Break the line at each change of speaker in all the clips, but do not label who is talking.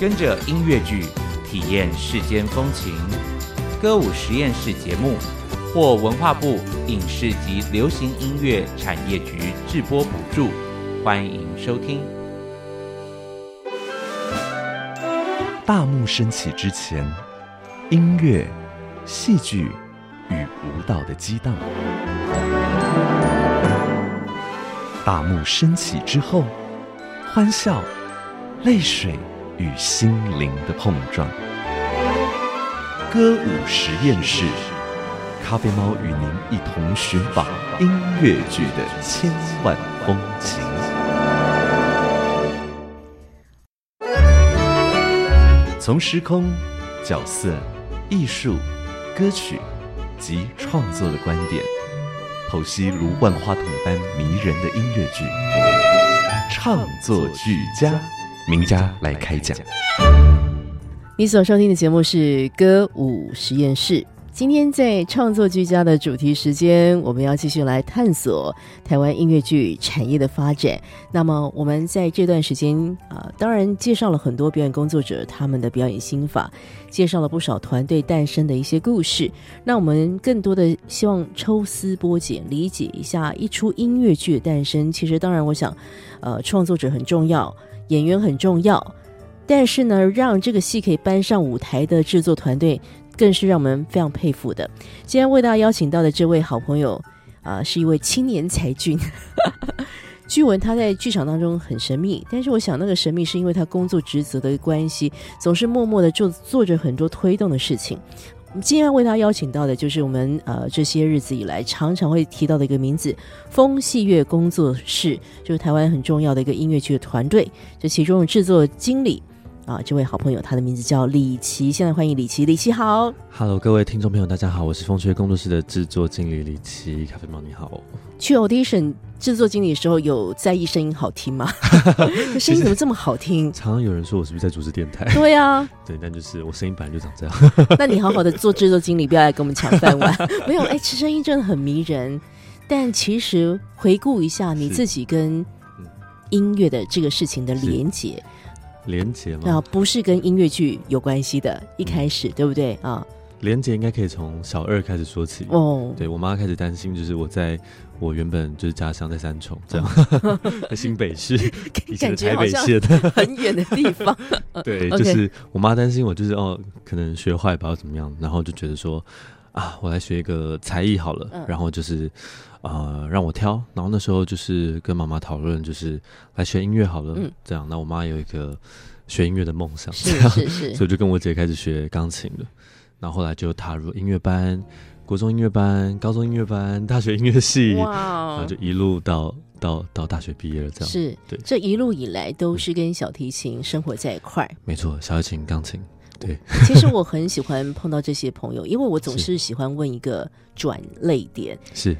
跟着音乐剧体验世间风情，歌舞实验室节目获文化部影视及流行音乐产业局制播补助，欢迎收听。
大幕升起之前，音乐、戏剧与舞蹈的激荡；大幕升起之后，欢笑、泪水与心灵的碰撞。歌舞实验室，咖啡猫与您一同寻访音乐剧的千万风情。从时空、角色、艺术、歌曲及创作的观点，剖析如万花筒般迷人的音乐剧。唱作俱佳，名家来开讲。
你所收听的节目是歌舞实验室。今天在创作俱佳的主题时间，我们要继续来探索台湾音乐剧产业的发展。那么我们在这段时间啊、呃当然介绍了很多表演工作者他们的表演心法，介绍了不少团队诞生的一些故事。那我们更多的希望抽丝剥茧，理解一下一出音乐剧的诞生。其实，当然，我想，呃，创作者很重要，演员很重要，但是呢，让这个戏可以搬上舞台的制作团队，更是让我们非常佩服的。今天为大家邀请到的这位好朋友，啊、是一位青年才俊。 据闻他在剧场当中很神秘，但是我想那个神秘是因为他工作职责的关系，总是默默的做做着很多推动的事情。我们今天为大家邀请到的就是我们呃这些日子以来常常会提到的一个名字——风戏乐工作室，就是台湾很重要的一个音乐剧的团队。这其中的制作经理啊，这位好朋友，他的名字叫李琦。现在欢迎李琦，李琦好。
Hello，各位听众朋友，大家好，我是风吹工作室的制作经理李琦，咖啡猫你好。
去 audition 制作经理的时候，有在意声音好听 吗？这声音怎么这么好听？
常常有人说我是不是在主持电台？
对啊，
对，但就是我声音本来就长这样。
那你好好的做制作经理，不要来跟我们抢饭碗。 没有，哎、其实声音真的很迷人。但其实回顾一下你
是嗯
自己跟音乐的这个事情的
是嗯
连结，
连杰
那
嘛，
不是跟音乐剧有关系的，
嗯
一开始、对不对啊？
连杰应该可以从小二开始说起。
哦，
对我妈开始担心，就是我在我原本就是家乡在三重这 样，在新北市，以前
感
的
觉
台
好
北
像
县。
很远的地 方。
对，就
OK
是我妈担心我，就是哦，可能学坏吧，或怎么样，然后就觉得说啊，我来学一个才艺好了，
嗯
然后就是呃让我挑，然后那时候就是跟妈妈讨论，就是来学音乐好了，
嗯
这样。那我妈有一个学音乐的梦想，
是
这样
是是，
所以我就跟我姐开始学钢琴了，然后后来就踏入音乐班，国中音乐班、高中音乐班、大学音乐系，然
哇
后
哦
啊就一路到到到大学毕业了，这样。
是
对
这一路以来都是跟小提琴生活在一块儿。
没错，小提琴、钢琴，
其实我很喜欢碰到这些朋友，因为我总
是
是喜欢问一个转泪点。
是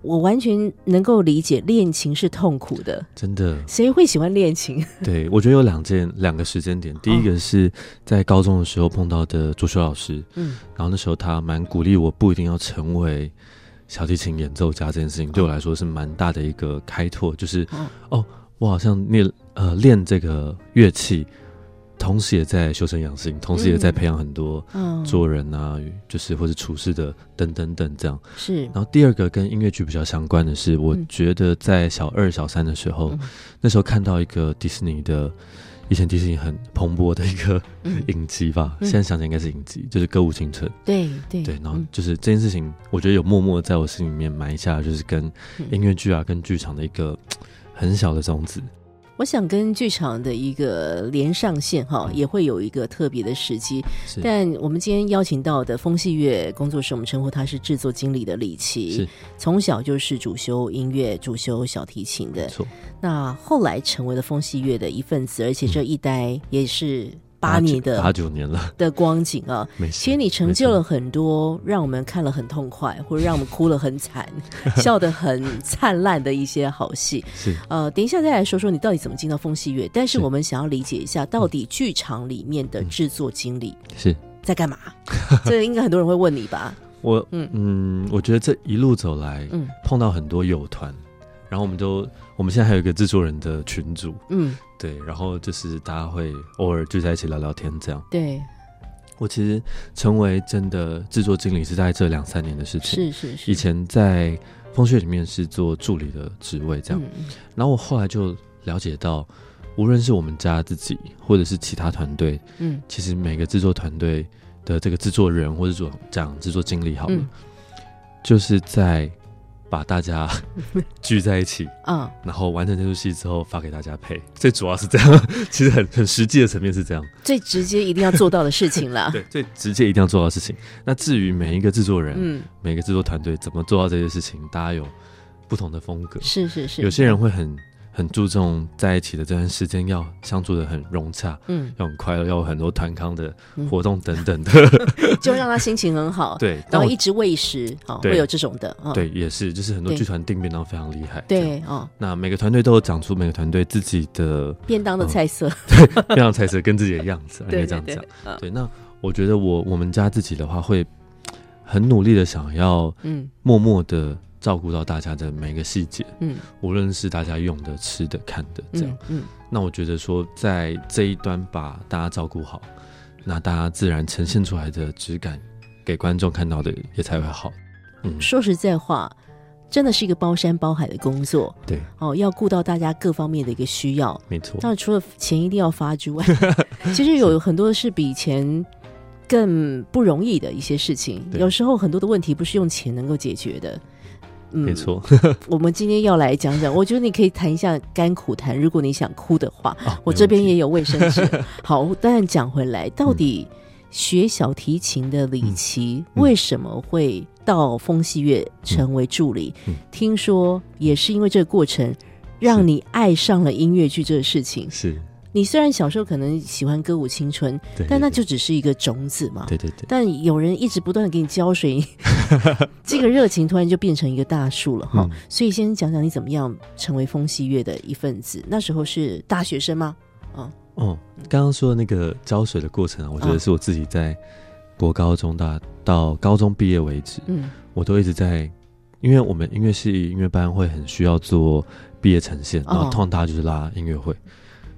我完全能够理解恋情是痛苦的，
真的。
谁会喜欢恋 情？
对，我觉得有两件两个时间点，第一个是在高中的时候碰到的卓修老师，
嗯，
然后那时候他蛮鼓励我，不一定要成为小提琴演奏家这件事情，对我来说是蛮大的一个开拓，就是
哦
哦，我好像练呃练这个乐器，同时也在修身养性，同时也在
嗯
培养很多
嗯，
做人啊，就是或是处事的等等等这样。
是
然后第二个跟音乐剧比较相关的是，我
嗯
觉得在小二、小三的时候，
嗯
那时候看到一个迪士尼的，以前迪士尼很蓬勃的一个
嗯，
影集吧，
嗯
现在想起来应该是影集，就是《歌舞青春》。
对对
对，然后
嗯
就是这件事情，我觉得有默默在我心里面埋下，就是跟
嗯
音乐剧啊、跟剧场的一个很小的种子。
我想跟剧场的一个连上线哈，
嗯
也会有一个特别的时机。
是
但我们今天邀请到的风戏乐工作室，我们称呼他是制作经理的李琦
是，
从小就是主修音乐、主修小提琴
没
的。
错，
那后来成为了风戏乐的一份子，而且这一待也是八
九
年的
八九年了，
的光景啊。
没事。
其实你成就了很多让我们看了很痛快，或者让我们哭了 很惨、笑得很灿烂的一些好戏。
是
呃，等一下再来说说你到底怎么进到风戏乐，但是
是
我们想要理解一下，到底剧场里面的制作经理
是。
在干嘛？ 这应该很多人会问你吧？
我
嗯
嗯我觉得这一路走来，
嗯
碰到很多友团，然后我们都我们现在还有一个制作人的群组，
嗯，
对，然后就是大家会偶尔聚在一起聊聊天这样。
对，
我其实成为真的制作经理是在这两三年的事情，
是是是，
以前在风穴里面是做助理的职位这样，
嗯，嗯
然后我后来就了解到，无论是我们家自己或者是其他团队，
嗯
其实每个制作团队的这个制作人或者说讲制作经理好了，
嗯
就是在把大家 聚在一起，
啊，
然后完成这出戏之后发给大家配，最主要是这样， 其实很很实际的层面是这样，
最直接一定要做到的事情啦。
对，最直接一定要做到的事情。那至于每一个制作人、
嗯，
每个制作团队怎么做到这些事情，大家有不同的风格，
是是是，
有些人会很很注重在一起的这段时间要相处的很融洽。
嗯，
要很快乐，要有很多团康的
嗯
活动等 等的，
就让他心情很好，
对。
然
但
后
我
一直喂食，哦，
对
会有这种的，哦，
对，也是，就是很多
对
剧团定变到非常厉害。这样，
对哦，
那每个团队都有讲出每个团队自己的
便当的菜色，
非常彩色跟自己的样哦子，应 该
对对
这样
对
讲。，
嗯
对，那我觉得我我们家自己的话，会很努力的想要
嗯
默默的照顾到大家的每个细节，
嗯
无论是大家用的、吃的、看的这样。
嗯嗯，
那我觉得说，在这一端把大家照顾好，那大家自然呈现出来的质感给观众看到的也才会好。嗯，
说实在话，真的是一个包山包海的工作
对，
哦，要顾到大家各方面的一个需要。
没错。
当然，除了钱一定要发 之外，其实有很多是比钱更不容易的一些事情。
对
有时候很多的问题不是用钱能够解决的。嗯
没。错，
我们今天要来讲讲，我觉得你可以谈一下甘苦谈，如果你想哭的话，
哦
我这边
没问题
也有卫生纸。
嗯
好，但讲回来，到底学小提琴的李琦
嗯
为什么会到风戏乐成为助理？
嗯嗯
听说也是因为这个过程，让你爱上了音乐剧这个事情。
是，
你虽然小时候可能喜欢歌舞青春，
对对
但那
对
就只是一个种子嘛。
对对对，
但有人一直不断的给你 浇水，这个热情突然就变成一个大树了哈。
嗯
所以先讲讲你怎么样成为风戏乐的一份子。那时候是大学生吗？
哦，刚刚说的那个浇水的过程啊，我觉
嗯
得是我自己在国高中大到高中毕业为止，
嗯，
我都一直在，因为我们音乐系音乐班会很需要做毕业呈现，然后
哦
通常大家就是拉音乐会，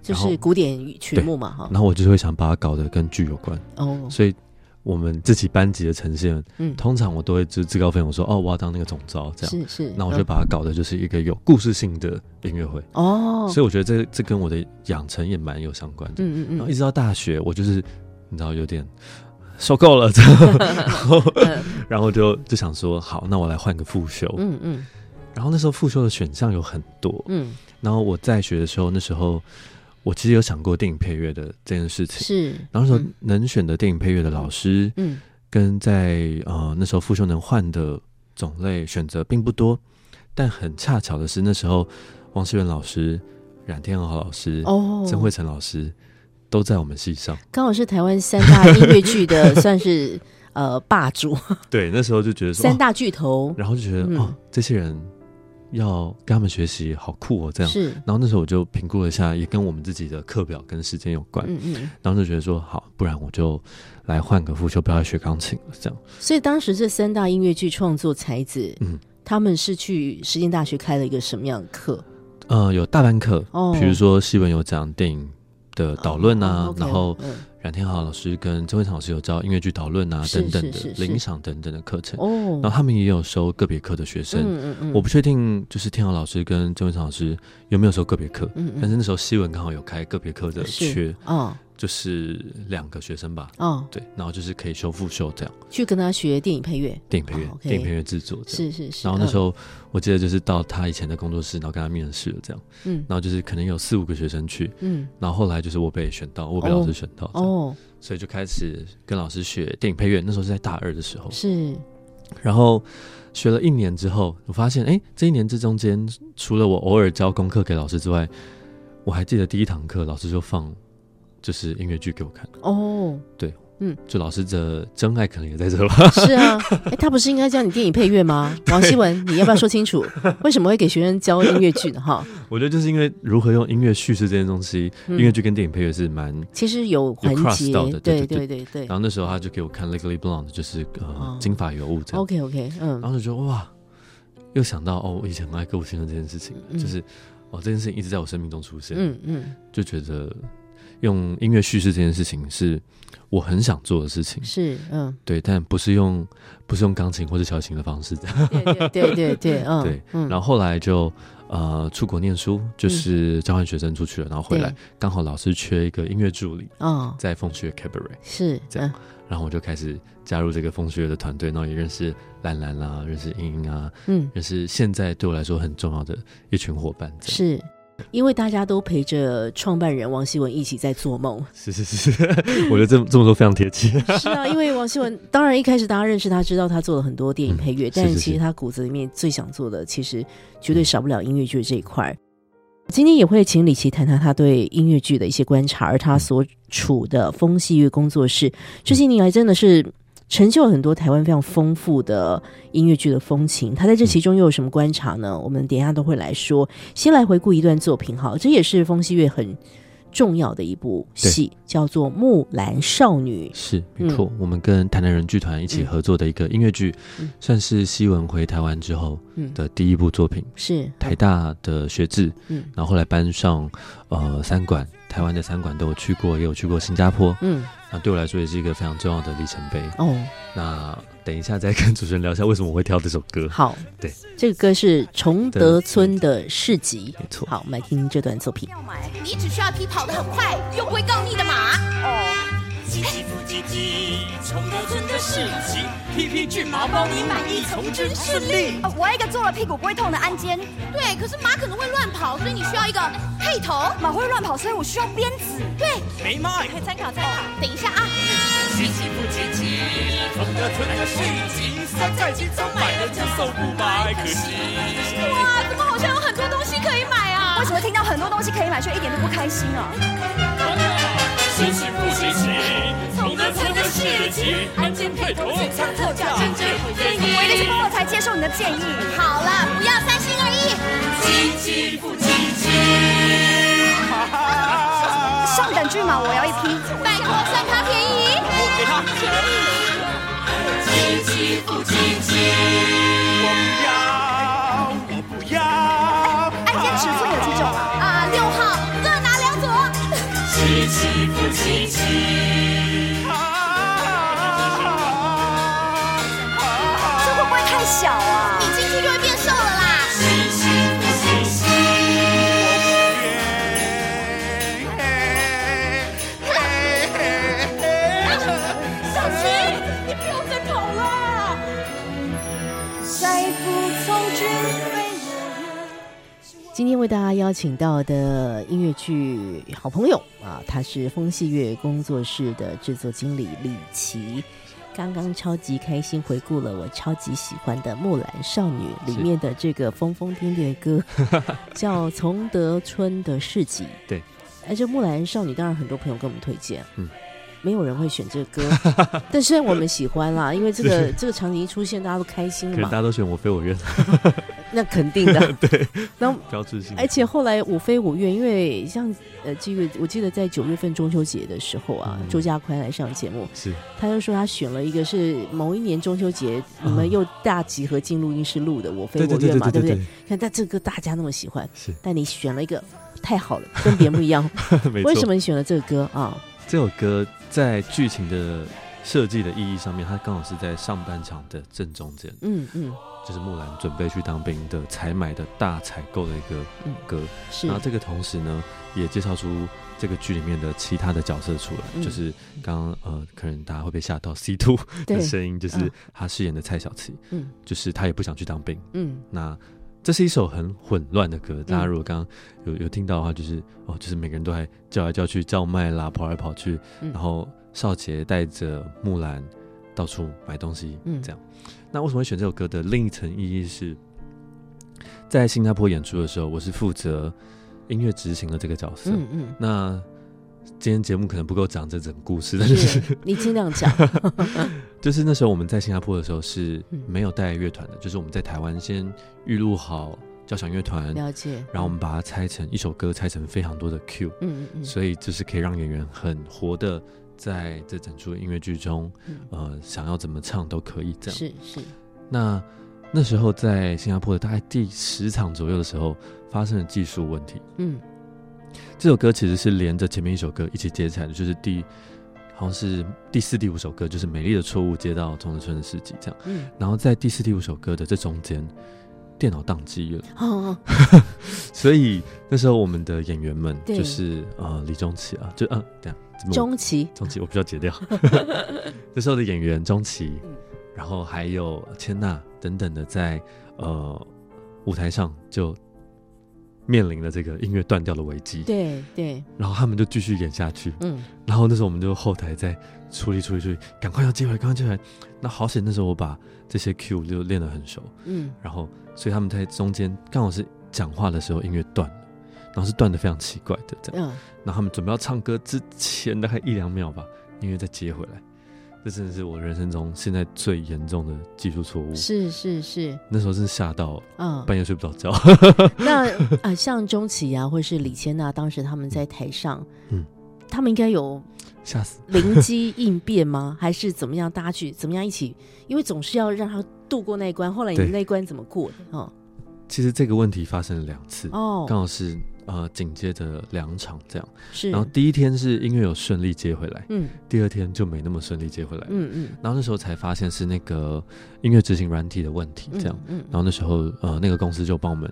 就
然后
是古典曲目嘛哈。
然后我就会想把它搞得跟剧有关，
哦，
所以我们自己班级的呈现，
嗯，
通常我都会自自告奋勇说，哦，我要当那个总招这样。
是是，
那我就
嗯
把它搞的就是一个有故事性的音乐会，
哦，
所以我觉得这这跟我的养成也蛮有相关的。
嗯嗯
然后一
嗯
直到大学，我就是你知道有点受够了，这 样然后
呃
然后就就想说，好，那我来换个复修。
嗯嗯
然后那时候复修的选项有很多，
嗯，
然后我在学的时候，那时候我其实有想过电影配乐的这件事情。
是。
然后那时候
嗯
能选的电影配乐的老师，
嗯
跟在呃那时候复修能换的种类选择并不多，但很恰巧的是，那时候王世元老师、冉天豪老师、
哦，
曾慧成老师都在我们系上。
刚好是台湾三大音乐剧的算是呃 霸主，
对，那时候就觉得说，
三
哦、
大巨头
然后就觉得、
嗯
哦，这些人要跟他们学习，好酷哦，这样。
是，
然后那时候我就评估了一下，也跟我们自己的课表跟时间有关，
嗯嗯，
然后就觉得说，好，不然我就来换个副修，不要再学钢琴了，这样。
所以当时这三大音乐剧创作才子，
嗯
他们是去实践大学开了一个什么样的课？
呃，有大班课，
嗯哦
比如说西文有讲电影的导论啊，
哦，OK，
然后
嗯
冉天豪老师跟周慧常老师有教音乐剧导论啊
是
等等
是
的
是是
领赏等等的课程，
哦，
然后他们也有收个别课的学生。
嗯嗯嗯，
我不确定，就是天豪老师跟周文强老师有没有收个别课，
嗯嗯，
但是那时候西文刚好有开个别课的
是
缺，
哦
就是两个学生吧，
哦，
对，然后就是可以修复修这样
去跟他学电影配乐，
电影配乐、
哦，OK
电影配乐制作这样。
是是嗯是，
然后那时
候
候我记得就是到他以前的工作室，然后跟他面试了这样，
嗯
然后就是可能有四五个学生去，
嗯
然后后来就是我被选到，我被老师选到这样，
哦
所以就开始跟老师学电影配乐。那时候是在大二的时候，
是
然后学了一年之后，我发现，哎，这一年这中间，除了我偶尔交功课给老师之外，我还记得第一堂课老师就放就是音乐剧给我看，
哦
就老师的真爱可能也在这 吧。
是啊，哎，他不是应该教你电影配乐 吗？王希文，你要不要说清楚，为什么会给学生教音乐剧呢？哈，
我觉得就是因为如何用音乐叙事这件东西，
嗯
音乐剧跟电影配乐是蛮。
其实有环
有 cross
节
到的，
对
对对
对对对
然后那时候他就给我看《Legally Blonde》，就是呃、
哦
金发尤物这样。
，OK OK，嗯
然后就觉得哇，又想到哦，我以前很爱歌舞青春这件事情，
嗯
就是哦这件事情一直在我生命中出现，
嗯嗯，
就觉得用音乐叙事这件事情是我很想做的事情，
是，嗯，
对，但不是用不是用钢琴或者小提琴的方式，
嗯对对对对，嗯，
对
嗯，
然后后来就呃出国念书，就是交换学生出去了，然后回来
对，
刚好老师缺一个音乐助理，
哦，
在风趣 Cabaret，
是，
这
嗯
样然后我就开始加入这个风趣的团队，然后也认识兰兰啦、认识英英啊，
嗯，
认识现在对我来说很重要的一群伙伴，这样
是。因为大家都陪着创办人王希文一起在做梦，
是 是是是，我觉得这么这么说非常贴切，
是啊，因为王希文当然一开始大家认识他，知道他做了很多电影
嗯
配乐，
是
但
是
其实
是
他骨子里面最想做的，其实绝对少不了音乐剧这一
嗯
块儿。今天也会请李琦谈谈他对音乐剧的一些观察，而他所处的风戏乐工作
嗯
室，这些年来真的是成就了很多台湾非常丰富的音乐剧的风情。他在
嗯
这其中又有什么观察呢？我们等一下都会来说。先来回顾一段作品，好，这也是风戏乐很重要的一部戏，叫做《木兰少女》。
是没错。我们跟台南人剧团一起
嗯
合作的一个音乐剧，
嗯
算是西文回台湾之后
嗯，
的第一部作品。
是
台大的学制，
嗯
然后后来搬上呃三馆，台湾的三馆都有去过，也有去过新加坡，
嗯
那对我来说也是一个非常重要的里程碑。
哦，
那等一下再跟主持人聊一下为什么我会挑这首歌。
好，
对，
这个歌是崇德村的市集。
没错
好，我们来听这段作品。
要买，你只需要匹跑得很快又不会告密的马。哦
唧唧复唧唧，崇德村的市集，匹匹骏马包你满意，从军顺利。
哦，我要一个坐了屁股不会痛的鞍肩。对，可是马可能会乱跑，所以你需要一个配头。马会乱跑，所以我需要鞭子。对，
没卖，
以参考参考。等一下啊，
唧唧复唧唧，崇德村的市集，山寨金装买了就送不买，可惜。
哇，怎么好像有很多东西可以买啊？为什么听到很多东西可以买，却一点都不开心啊？
唧唧复唧唧，崇德村的市集，安监配头，唱特价，真正不便宜。
我一定是默默才接受你的建议。好了，不要三心二意。
唧唧复唧唧，哈哈，
上等骏马我要一匹，拜托算它便宜。
我给他唧唧复唧唧，我不要，我不要，
鞍肩尺寸有几种啊？啊，六号，各拿两组。
唧唧复唧唧。
这会不会太小啊？你进去就会变瘦了啦。小琪，你不要再跑了。再不从军飞
今天为大家邀请到的音乐剧好朋友啊，他是风戏乐工作室的制作经理李琦。刚刚超级开心回顾了我超级喜欢的《木兰少女》里
是
面的这个疯疯癫癫的歌， 叫《崇德村的市集》。
对，
哎，这《木兰少女》当然很多朋友跟我们推荐，
嗯，
没有人会选这个歌， 但是我们喜欢啦，因为这个这个场景一出现，大家都开心
可
了
能大家
嘛，
都选我非我愿，
那肯定的。对，那
标志性。
而且后来我飞五月，因为像呃，这个我记得在九月份中秋节的时候啊，
嗯
周家宽来上节目，
是
他就说他选了一个是某一年中秋节、你们又大集合进录音室录的《我飞
对对
我
对
愿》嘛，
对
不
对
啊对？看，但这个大家那么喜欢，
是
但你选了一个太好了，跟别人不一样。
没错。
为什么你选了这个歌啊？
这首歌在剧情的设计的意义上面，它刚好是在上半场的正中间，
嗯嗯，
就是木兰准备去当兵的采买的大采购的一个
嗯
歌。
是
然后这个同时呢，也介绍出这个剧里面的其他的角色出来，
嗯
就是刚刚呃，可能大家会被吓到 C two
对
的，声音，就是
嗯
他饰演的蔡小琪，
嗯
就是他也不想去当兵。
嗯，
那这是一首很混乱的歌，大家如果刚刚有有听到的话，就是哦，就是每个人都还叫来叫去、叫卖啦，跑来跑去，
嗯
然后少杰带着木兰到处买东西，
嗯
这样。那为什么会选这首歌的另一层意义是，在新加坡演出的时候，我是负责音乐执行的这个角色。
嗯嗯，
那今天节目可能不够讲这整个故 事，但是
嗯是你尽量 讲，
就是那时候我们在新加坡的时候是
嗯
没有带乐团的，就是我们在台湾先预录好交响乐团，
了解。
然后我们把它拆成一首歌，拆成非常多的 Q，、
嗯嗯嗯，
所以就是可以让演员很活的在这整出音乐剧中，
嗯
呃，想要怎么唱都可以这样。
是是，
那那时候在新加坡的大概第十场左右的时候，发生了技术问题。
嗯
这首歌其实是连着前面一首歌一起接起来的，就是第好像是第四、第五首歌，就是《美丽的错误》接到《中村的世纪》这样。
嗯，
然后在第四、第五首歌的这中间，电脑宕机了，
哦，
所以那时候我们的演员们
对
就是呃李钟奇啊，就呃这样怎么
中期
钟奇我必须要截掉。 那时候的演员钟奇
嗯，
然后还有千娜等等的在呃舞台上就面临了这个音乐断掉的危机，
对对，
然后他们就继续演下去。
嗯
然后那时候我们就后台在处理处理处理，赶快要接回来，赶快接回来。那好险，那时候我把这些 Q 就练得很熟，
嗯
然后所以他们在中间刚好是讲话的时候音乐断了，然后是断的非常奇怪的这样。
嗯，
然后他们准备要唱歌之前大概一两秒吧，音乐再接回来。这真的是我人生中现在最严重的技术错误。
是是是，
那时候真的吓到
嗯，
半夜睡不着 觉。
那啊、呃像钟琪啊，或是李千娜，当时他们在台上，嗯
嗯，
他们应该有
吓死！
灵机应变吗？ 还是怎么样？大家去怎么样一起？因为总是要让他度过那一关。后来你们
对
那一关怎么过的？哦
其实这个问题发生了两次，嗯刚
哦，
好是呃紧接着两场这样。
是，
然后第一天是音乐有顺利接回来，
嗯
第二天就没那么顺利接回来。
嗯嗯，
然后那时候才发现是那个音乐执行软体的问题，
嗯
这样。，
嗯，
然后那时候呃，那个公司就帮我们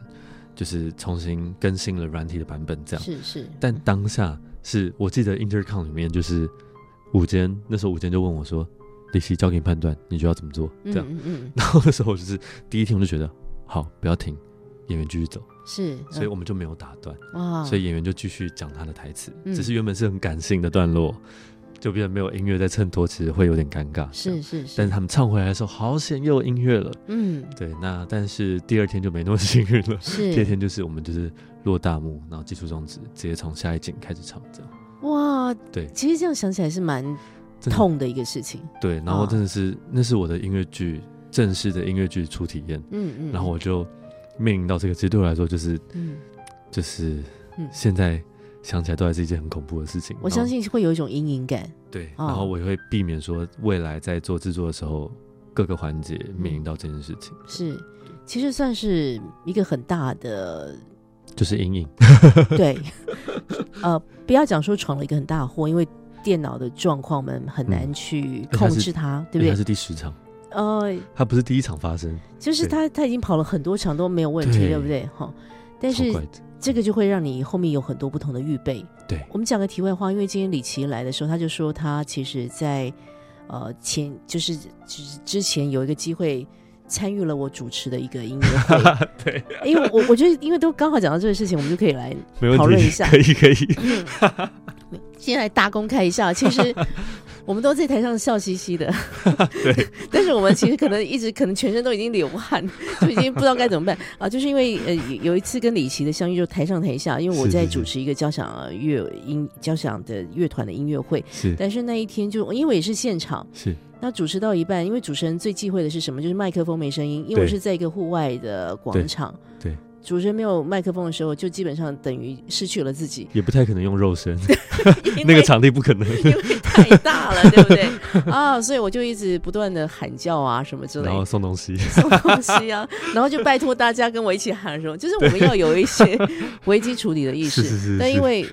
就是重新更新了软体的版本，这样。
是是，
但当下是我记得 Intercom 里面就是午间，那时候午间就问我说：“李希，交给你判断，你觉得要怎么做？”这
嗯
样。
嗯嗯
然后那时候我就是第一天我就觉得好，不要停，演员继续走，
是，
所以
嗯
我们就没有打断。
哇，
所以演员就继续讲他的台词，
嗯
只是原本是很感性的段落，就变成没有音乐在衬托，其实会有点尴尬。这
是
样，
是是，
但是他们唱回来的时候，好险又有音乐了。
嗯
对，那但是第二天就没那么幸运了。
是
第二天就是我们就是落大幕，然后技术终止，直接从下一景开始唱，这样
哇，
对
其实这样想起来是蛮
真的
痛的一个事情。
对。然
嗯
后真的是、那是我的音乐剧正式的音乐剧初体验，
嗯嗯，
然后我就面临到这个，其实对我来说就是
嗯，
就是、
嗯
现在想起来都还是一件很恐怖的事情。
我
然后
相信会有一种阴影感。
对，
哦
然后我也会避免说未来在做制作的时候各个环节
嗯
面临到这件事情，
是，其实算是一个很大的
就是阴影。
对，呃，不要讲说闯了一个很大的祸，因为电脑的状况我们很
嗯
难去
它
控
是
制它，
因
对
为
不
它
对？
是第十场，
呃，
它不是第一场发生，
就是
对
他他已经跑了很多场都没有问题，
对
对不对？哈，但
超
是
怪的。
这个就会让你后面有很多不同的预备。
对
我们讲个题外话，因为今天李琦来的时候，他就说他其实在呃前就是就是之前有一个机会。参与了我主持的一个音乐会，
对，
因为我我觉得，因为都刚好讲到这个事情，我们就可以来
没问
讨论一
题
下，
可以可 以。
先来大公开一下，其 实我们都在台上笑嘻嘻的，
对，
但是我们其实可能一直可能全身都已经流汗，就已经不知道该怎么办啊！就是因为呃有有一次跟李琦的相遇，就台上台下，因为我
是是
在
是
主持一个交响呃乐音交响的乐团的音乐会，
是
但是那一天就因为也是现场，
是
那主持到一半，因为主持人最忌讳的是什么？就是麦克风没声音，因为我
对
是在一个户外的广
对
场，
对
主持人没有麦克风的时候，就基本上等于失去了自己。
也不太可能用肉身，
因
那
为
个场地不可能。
因为太大了，对不对？啊，所以我就一直不断的喊叫啊，什么之类
然后
的
送东西，
什么东西啊， 然后就拜托大家跟我一起喊什么，就是我们要有 一些危机处理的意识。
是是是
但
是
因为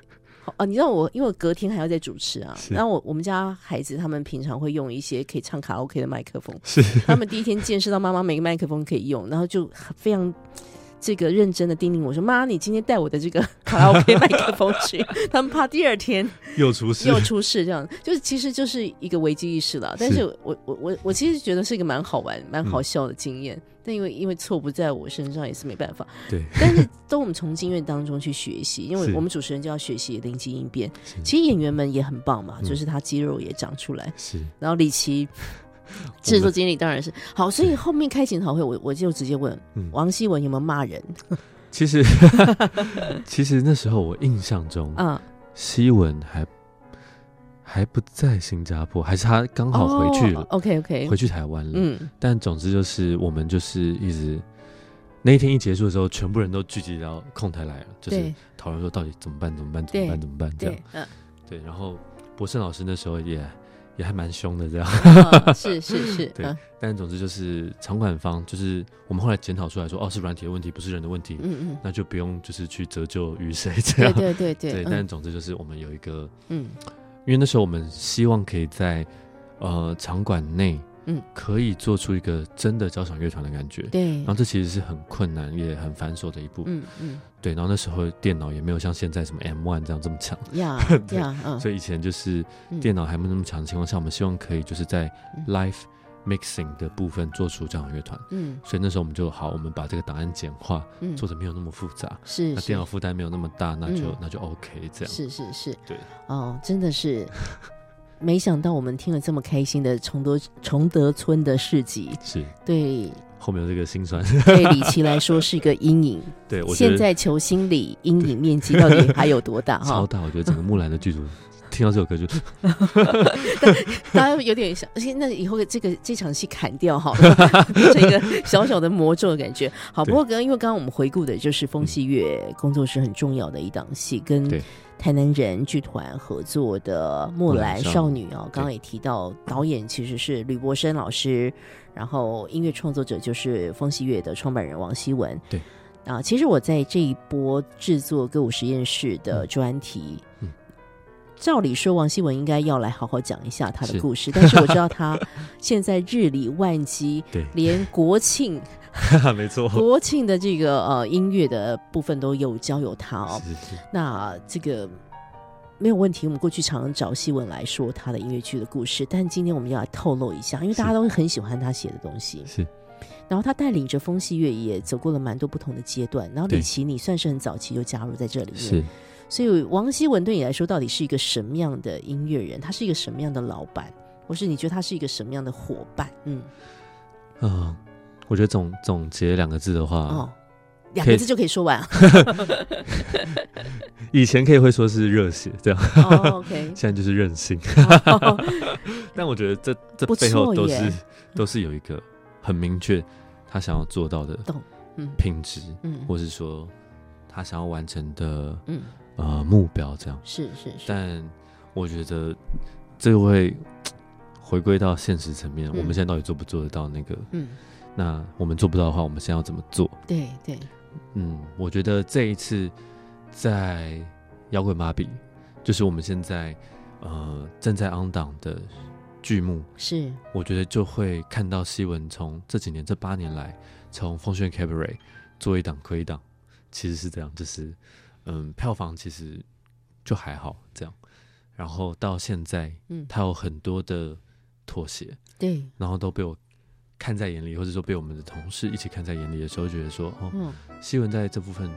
哦，你知道我，因为我隔天还要再主持啊，
是
然后我我们家孩子他们平常会用一些可以唱卡拉 OK 的麦 克风，
是
他们第一天见识到妈妈每个麦克风可以用，然后就非常。这个认真的叮咛我说：“妈，你今天带我的这个 卡拉 OK 麦克风去。”他们怕第二天
又出事
又，出事，这样就是其实就是一个危机意识了。但是我我我我其实觉得是一个蛮好玩、蛮好笑的经
嗯
验。但因为因为错不在我身上也是没办法。
对，
但是都我们从经验当中去学习，因为
是
我们主持人就要学习灵机应变。
是
其实演员们也很棒嘛，
嗯
就是他肌肉也长出来。
是
然后李 琦。制作经理当然是好，所以后面开检讨会，我我就直接问、
嗯
王希文有没有骂人
其实 其实那时候我印象中，
啊？
希文还还不在新加坡，还是他刚好哦回去了，
OK OK，
回去台湾了。
哦嗯，
但总之就是我们就是一直那一天一结束的时候，全部人都聚集到控台来了，就是
对
讨论说到底怎么办，怎么办，怎
对
么办，怎么办这样
对。，嗯
对，然后博胜老师那时候也也还蛮凶的这样。
啊是是是，
对
啊
但总之就是场馆方，就是我们后来检讨出来说，哦，是软体的问题，不是人的问题，
嗯嗯，
那就不用就是去折旧于谁 这
对
样。
对对对，
但
嗯
总之就是我们有一个，
嗯
因为那时候我们希望可以在呃场馆内，
嗯，
可以做出一个真的交响乐团的感觉。
对
然，后这其实是很困难也很繁琐的一步，
嗯嗯
对。然后那时候电脑也没有像现在什么 M One 这样这么强，
呀
对
呀，嗯
所以以前就是
嗯
电脑还没那么强的情况下，我们希望可以就是在
嗯
live mixing 的部分做出交响乐团。
嗯
所以那时候我们就好，我们把这个档案简化，
嗯，
做的没有那么复杂，
是
那
是
电脑负担没有那么大，那就、
嗯
那就 OK 这样。
是是是，
对，
哦，真的是。没想到我们听了这么开心的崇德崇德村的市集，
是
对
后面有这个心酸，
对李琦来说是一个阴影。
对我觉
现
得
在求心理阴影面积到底还有多 大
超
哈？
大，我觉得整个木兰的剧组听到这首歌就
大家有点想，而且那以后这个这场戏砍掉 好了，这个小小的魔咒的感觉。好，
对
不过刚因为刚刚我们回顾的就是风戏乐工作室很重要的一档戏，跟
对
台南人剧团合作的《木兰少女》啊，刚刚也提到，导演其实是吕博生老师，然后音乐创作者就是风戏乐的创办人王希文。
对。
啊，其实我在这一波制作歌舞实验室
嗯
的专题，照理说，王希文应该要来好好讲一下他的
是
故事，但是我知道他 现在日理万机，
对哦
连 国庆
没错，
国庆的这个呃音乐的部分都有交由他哦。
是是是，
那这个没有问题，我们过去常常找希文来说他的音乐剧的故事，但今天我们要来透露一下，因为大家
是
都很喜欢他写的东西。
是。
然后他带领着风戏乐也走过了蛮多不同的阶段，然后李
对
琦你算是很早期就加入在这里面，
是
所以王希文对你来说到底是一个什么样的音乐人？他是一个什么样的老板，或是你觉得他是一个什么样的伙伴？嗯，
啊、我觉得总总结两个字的话，
哦，两
可以
个字就可以 说完。
以前可以会说是热血这样，
哦，OK，
现在就是任性。 但我觉得这这
不错
背后都
耶
是都是有一个很明确他想要做到的
懂嗯
品质，
嗯
或是说他想要完成的
嗯，
呃目标这样。
是是是，
但我觉得这会回归到现实层面，
嗯
我们现在到底做不做得到那个？
嗯，
那我们做不到的话，我们现在要怎么做？
对对，
嗯，我觉得这一次在摇滚芭比，就是我们现在呃正在 on 档的剧目，
是
我觉得就会看到希文从这几年这八年来，从风轩 Cabaret 做一档亏一档，其实是这样，就是嗯票房其实就还好这样，然后到现在
嗯，
他有很多的妥协，
对，
然后都被我看在眼里，或者说被我们的同事一起看在眼里的时候，觉得说哦，
嗯
希文在这部分，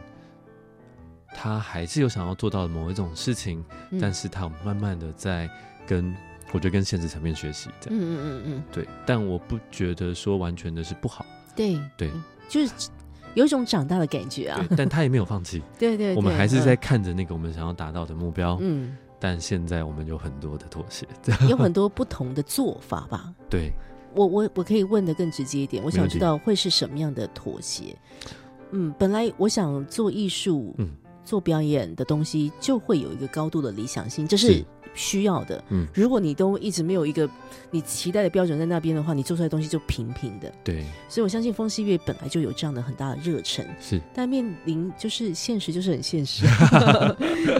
他还是有想要做到的某一种事情，
嗯
但是他有慢慢的在跟，我觉得跟现实层面学习，这
嗯
样、
嗯嗯嗯，
对。但我不觉得说完全的是不好，
对
对，
就是有一种长大的感觉啊，
对，但他也没有放弃，
对 对，
我们
对
还是在，看着那个我们想要达到的目标，
嗯，
但现在我们有很多的妥协， 这样
嗯有很多不同的做法吧，
对。
我我我可以问的更直接一点，我
没
想
问题
知道会是什么样的妥协。嗯，本来我想做艺术，
嗯
做表演的东西，就会有一个高度的理想性，这是
是
需要的。
嗯
如果你都一直没有一个你期待的标准在那边的话，你做出来的东西就平平的。
对，
所以我相信风西月本来就有这样的很大的热忱，
是
但面临就是现实，就是很 现实。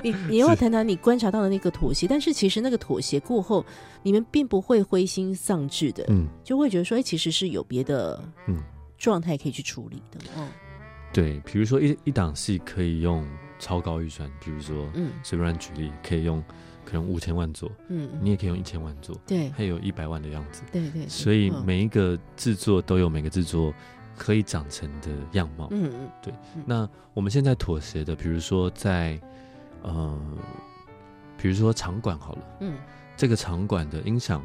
你你要
是
谈谈你观察到的那个妥协，但是其实那个妥协过后，你们并不会灰心丧志的。
嗯，
就会觉得说，哎、其实是有别的
嗯
状态可以去处理的。嗯
对。比如说一一档戏可以用超高预算，比如说
嗯
随便乱举例，可以用可能五千万做，
嗯，
你也可以用一千万做，
对
它有一百万的样子。
对对，
所以
嗯
每一个制作都有每个制作可以长成的样貌。
嗯嗯
那我们现在妥协的，比如说在呃，比如说场馆好了，
嗯
这个场馆的音响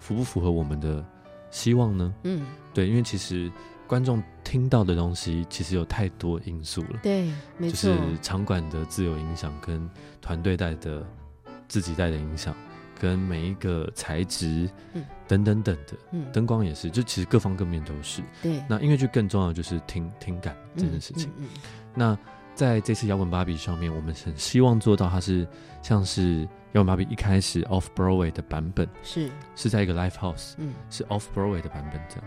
符不符合我们的希望呢？
嗯，
对，因为其实观众听到的东西其实有太多因素了，
对，没
就
错
是，场馆的自由影响跟团队带的自己带的影响，跟每一个材质，
嗯
等等等的。
嗯，
灯光也是，就其实各方各面都是。
对，
那音乐剧更重要的就是听听感这件事情。
嗯，嗯嗯
那在这次摇滚芭比上面，我们很希望做到它是像是摇滚芭比一开始 Off Broadway 的版本，
是，
是在一个 Live House，
嗯，
是 Off Broadway 的版本这样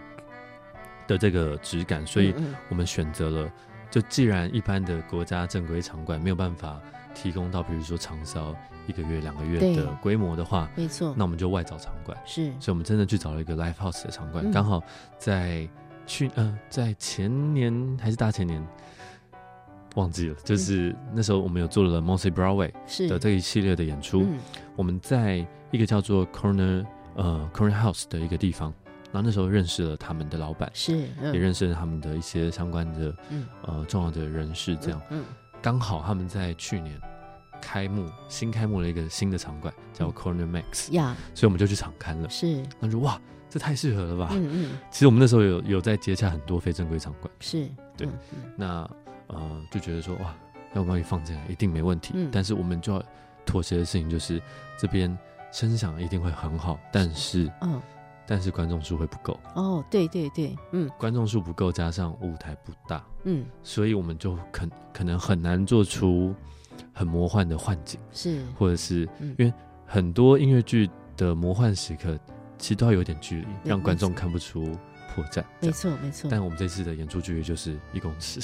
的这个质感，所以
嗯嗯
我们选择了，就既然一般的国家正规场馆没有办法提供到，比如说长销一个月、两个月
对
的规模的话，
没错，
那我们就外找场馆。
是
所以我们真的去找了一个 live house 的场馆，
嗯
刚、好在去呃在前年还是大前年忘记了，
嗯
就是那时候我们有做了 m o s s y Broadway
是
的这一系列的演出，
嗯
我们在一个叫做 Corner 呃 Corner House 的一个地方，然后那时候认识了他们的老板，
是，嗯
也认识了他们的一些相关的
嗯
呃重要的人士，这样
嗯
刚、好他们在去年。开幕新开幕了一个新的场馆，叫
嗯
Corner Max，、
呀
所以我们就去场刊了。
是，
他说哇，这太适合了吧。
嗯嗯
其实我们那时候有有在接洽很多非正规场馆，
是，
对
嗯嗯
那呃就觉得说哇，要把你放进来一定没问题。
嗯
但是我们就要妥协的事情就是这边声响一定会很好，但是
嗯
但是观众数会不够，
哦对对对，嗯
观众数不够加上舞台不大，
嗯
所以我们就可可能很难做出很魔幻的幻景，
是，
或者是
嗯
因为很多音乐剧的魔幻时刻其实都要有点距离，让
没
观众
错
看不出破绽。这
没
样
错没错，
但我们这次的演出距离就是一公尺，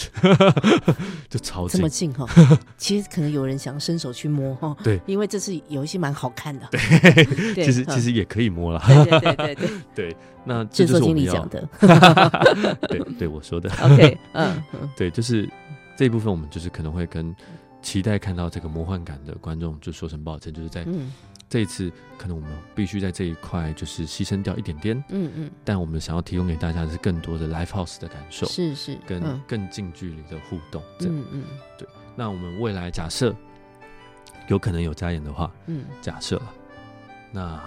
就超
这
近
么。近哈， 其实可能有人想伸手去摸哈，
对，
因为这是有一些蛮好看的，对，对
其实
嗯
其实也可以摸 啦。
对对对 对对，
对，那这
制
就
作
是我
经
们
理
要
讲。的
对对，我说的。
，OK，嗯嗯
对，就是这一部分，我们就是可能会跟期待看到这个魔幻感的观众就说声抱歉，就是在
嗯
这一次，可能我们必须在这一块就是牺牲掉一点点，
嗯嗯，
但我们想要提供给大家的是更多的 live house 的感受，
是是，
跟
嗯
更近距离的互动。这样，
嗯嗯
那我们未来假设有可能有加演的话，
嗯，
假设了，那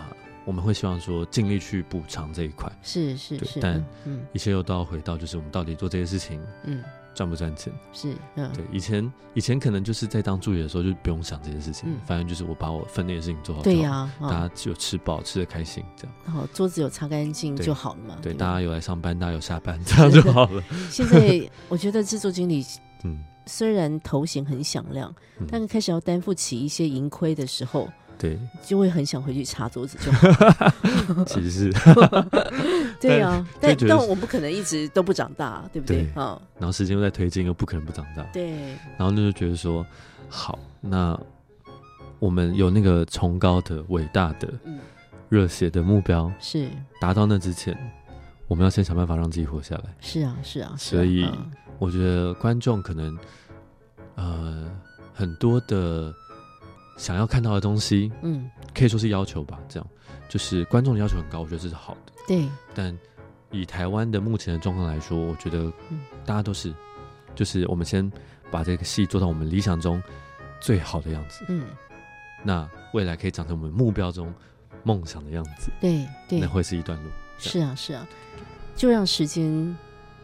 我们会希望说尽力去补偿这一块，
是是
对
是，
但
嗯嗯
一切又都要回到就是我们到底做这些事情
嗯
赚不赚钱？
是，嗯
对，以前以前可能就是在当助理的时候就不用想这件事情，
嗯
反正就是我把我分内的事情做好就
对
好，
呀，哦啊
大家只有吃饱吃的开心这样，
然后桌子有擦干净
对
就好了嘛。
对，
吧
大家有来上班，大家有下班，这样就好 了。
现在我觉得制作经理
嗯，
虽然头衔很响亮，
嗯
但开始要担负起一些盈亏的时候，
对，
就会很想回去擦桌子 就好。嗯
其实是，
对啊，但
但就觉得
但我不可能一直都不长大，对不对？
对
啊，
然后时间又在推进，又不可能不长大，
对，
然后那就觉得说，好，那我们有那个崇高的、伟大的、
嗯，
热血的目标，
是
达到那之前，我们要先想办法让自己活下来。
是啊是啊，
所以
是啊嗯
我觉得观众可能，呃，很多的想要看到的东西，
嗯，
可以说是要求吧。这样就是观众的要求很高，我觉得这是好的。
对，
但以台湾的目前的状况来说，我觉得
嗯
大家都是，就是我们先把这个戏做到我们理想中最好的样子，
嗯，
那未来可以长成我们目标中梦想的样子，
对对
那，会是一段路，
是啊是啊，就让时间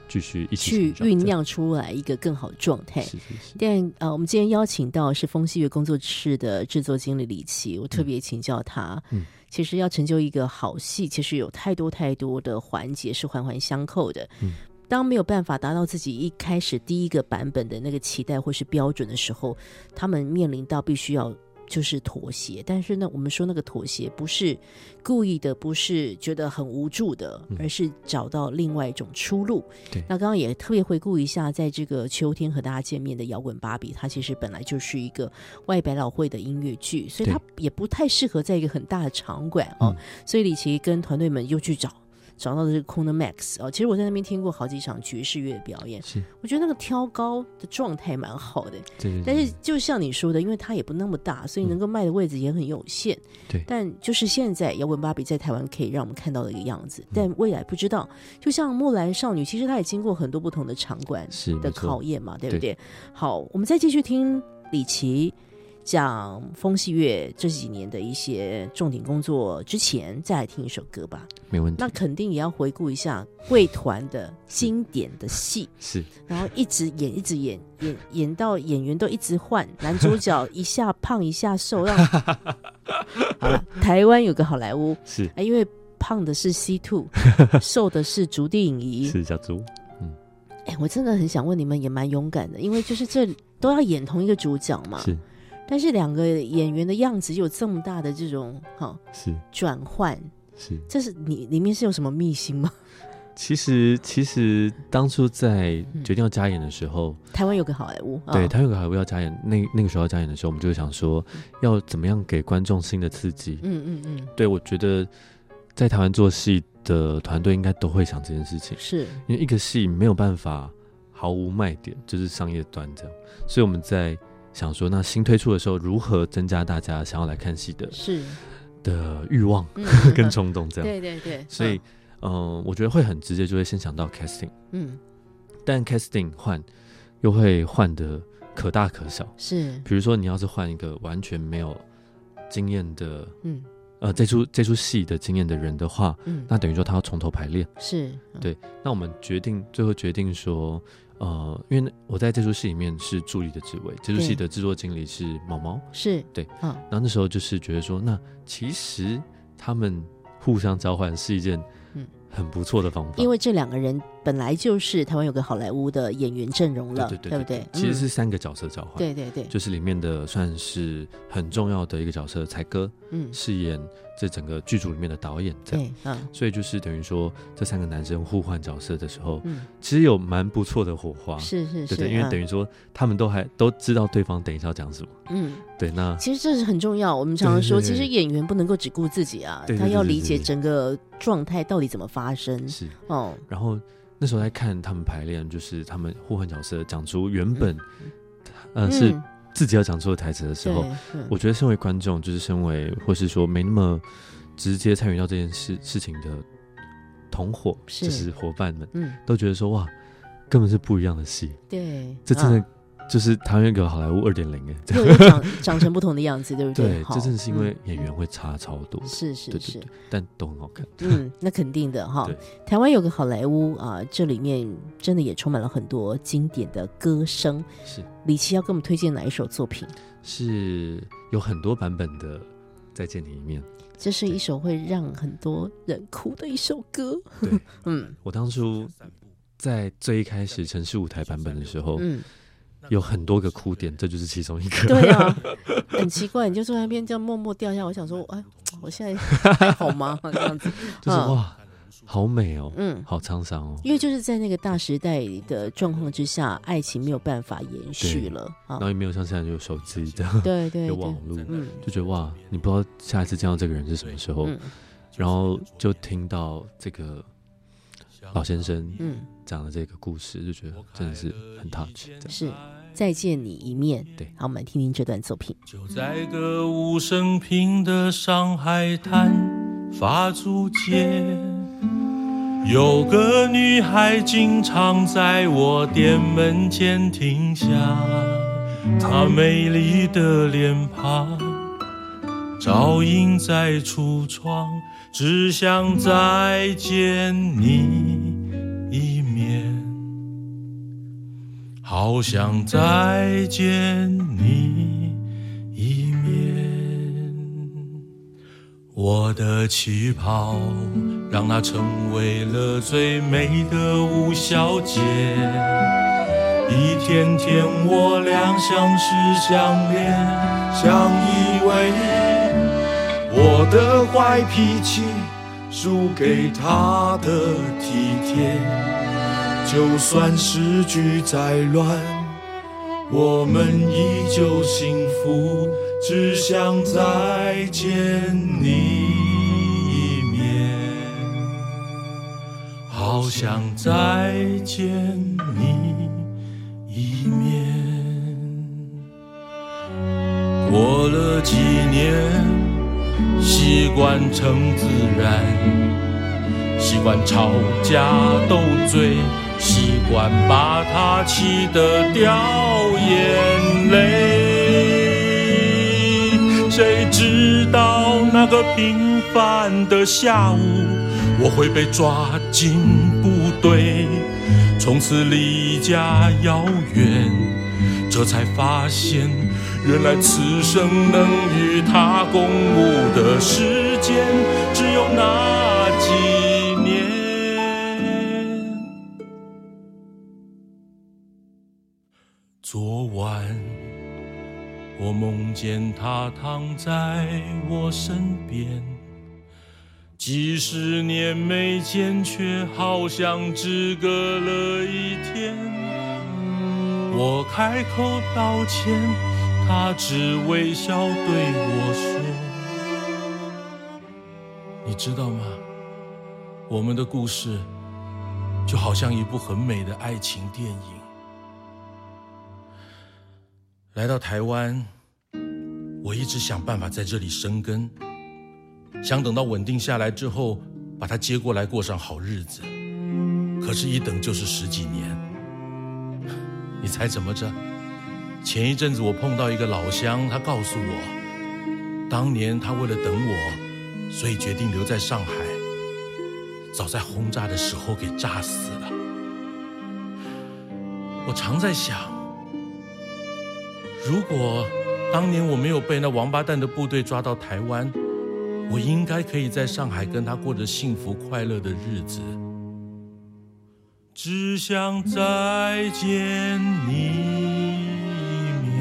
继续一起
去
成长
酝。酿出来一个更好的状
这
态
样。是是是，
但呃，我们今天邀请到是风戏乐工作室的制作经理李琦，我特别请教他，
嗯
其实要成就一个好戏，其实有太多太多的环节是环环相扣的，
嗯
当没有办法达到自己一开始第一个版本的那个期待或是标准的时候，他们面临到必须要。就是妥协，但是呢，我们说那个妥协不是故意的，不是觉得很无助的，
嗯
而是找到另外一种出路。那刚刚也特别回顾一下，在这个秋天和大家见面的摇滚芭比，它其实本来就是一个外百老汇的音乐剧，所以它也不太适合在一个很大的场馆哦。
嗯
所以李琦跟团队们又去找。找到的是 Corner Max 哦，其实我在那边听过好几场爵士乐表演，
是
我觉得那个挑高的状态蛮好的。
对对对，
但是就像你说的，因为它也不那么大，所以能够卖的位置也很有限。
嗯对
但就是现在摇滚芭比在台湾可以让我们看到的一个样子，但
嗯
未来不知道。就像木兰少女，其实她也经过很多不同的场馆
是没
的
错
考验嘛，对不
对
对？好，我们再继续听李琦。讲风戏乐这几年的一些重点工作之前，再来听一首歌吧。
没问题
那。肯定也要回顾一下贵团的经典的戏，
是
然后一直演，一直演，演演到演员都一直换，男主角一下胖一下瘦，让 好了。台湾有个好莱坞，
是
啊因为胖的是 C two，瘦的是竹地影仪。
是小猪，
哎，我真的很想问你们，也蛮勇敢的，因为就是这都要演同一个主角嘛，
是
但是两个演员的样子有这么大的这种哈、
是
转换，
是。
这是你里面是有什么秘辛吗？
其实其实当初在
嗯
决定要加演的时候，
台湾有个好莱坞，啊
对，他有个海威要加演，那那个时候要加演的时候，我们就想说要怎么样给观众新的刺激。
嗯嗯嗯，
对我觉得在台湾做戏的团队应该都会想这件事情，
是
因为一个戏没有办法毫无卖点，就是商业端这样，所以我们在想说，那新推出的时候如何增加大家想要来看戏的
是，
的欲望
嗯
跟冲动这样。
对对对，
所以，嗯、我觉得会很直接，就会先想到 casting，
嗯
但 casting 换又会换的可大可小。
是
比如说，你要是换一个完全没有经验的，
嗯
呃，这出这出戏的经验的人的话，
嗯
那等于说他要从头排练。
是嗯
对那我们决定最后决定说，呃，因为我在这出戏里面是助理的职位，这出戏
对
的制作经理是毛毛。
是
对
啊
然后那时候就是觉得说，那其实他们互相交换是一件
嗯
很不错的方法，
因为这两个人本来就是台湾有个好莱坞的演员阵容了，
对对
不
对
对？
其实是
嗯
三个角色交换，
对对对，
就是里面的算是很重要的一个角色，才哥
嗯
饰演这整个剧组里面的导演，这样。
对啊
所以就是等于说，这三个男生互换角色的时候，
嗯
其实有蛮不错的火花。
是
啊
是
对
是，啊嗯
对，因为等
于
于说他们都还都知道对方等一下要讲什么。
嗯。
对，那
其实这是很重要。我们常常说，
对对
其
对
实演员不能够只顾自己啊，
对对
他
对
要
对
理
对
解
对
整个状态到底怎么发生。
是，
哦，
然后那时候在看他们排练，就是他们互换角色讲出原本，呃，是
嗯
自己要讲出的台词的时候，，
对嗯
我觉得身为观众，就是身为或是说没那么直接参与到这件事事情的同伙，
是
就是伙伴们，
嗯，
都觉得说哇，根本是不一样的戏，
对，
这真
啊
的就是台湾有个好莱坞二点零哎，这样
又又长长成不同的样子，对不
对，
好
这正是因为
嗯
演员会差超多，
是
对
是
对
是
对，，但都很好看，
嗯，那肯定的哈
对。
台湾有个好莱坞啊，这里面真的也充满了很多经典的歌声。
是
李琦要给我们推荐哪一首作品？
是有很多版本的《再见你一面》。
这是一首会让很多人哭的一首歌。
对，
嗯
我当初在最一开始城市舞台版本的时候，
嗯，
有很多个哭点，这就是其中一个。
对啊， 很奇怪，你就坐在那边这样默默掉下来。我想说，哎，我现在还好吗？ 这样子，
就是
嗯
哇，好美哦，
嗯。
好沧桑哦。
因为就是在那个大时代的状况之下，爱情没有办法延续了啊
然后！也没有像现在有手机这样，
对对
有
对
网，络，
嗯
就觉得哇，你不知道下一次见到这个人是什么时候，
嗯
然后就听到这个老先生
嗯，
讲的这个故事，就觉得真的是很 touch 这样。
是再见你一面。
对
好，我们来听听这段作品。
就在歌舞升平的上海滩法租界，有个女孩经常在我店门前停下，她美丽的脸庞照映在橱窗，只想再见你一面。好想再见你一面。我的旗袍让它成为了最美的舞小姐。一天天我俩相识相恋相依偎，我的坏脾气输给她的体贴。就算时局再乱，我们依旧幸福，只想再见你一面，好想再见你一面。过了几年，习惯成自然。习惯吵架斗嘴，习惯把他气得掉眼泪。谁知道那个平凡的下午，我会被抓进部队，从此离家遥远。这才发现，原来此生能与他共舞的时间只有那几年。昨晚我梦见他躺在我身边，几十年没见，却好像只隔了一天。我开口道歉，他只微笑对我说：“你知道吗？我们的故事就好像一部很美的爱情电影。”来到台湾，我一直想办法在这里生根，想等到稳定下来之后，把她接过来过上好日子。可是，一等就是十几年。你猜怎么着？前一阵子我碰到一个老乡，他告诉我，当年他为了等我，所以决定留在上海，早在轰炸的时候给炸死了。我常在想。如果当年我没有被那王八蛋的部队抓到台湾，我应该可以在上海跟他过着幸福快乐的日子。只想再见你一面，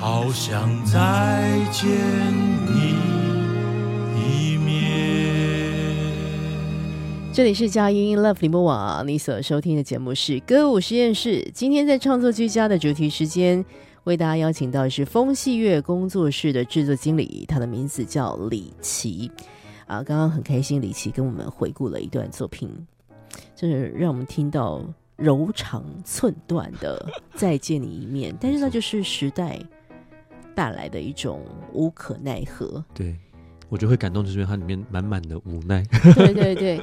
好想再见你一面。
这里是佳音 Love 李莫瓦，你所收听的节目是歌舞实验室。今天在创作居家的主题时间，为大家邀请到的是风戏乐工作室的制作经理，他的名字叫李琦。啊，刚刚很开心，李琦跟我们回顾了一段作品，就是让我们听到柔肠寸断的《再见你一面》，但是那就是时代带来的一种无可奈何。
对，我就会感动，就是因为它里面满满的无奈。
对对对，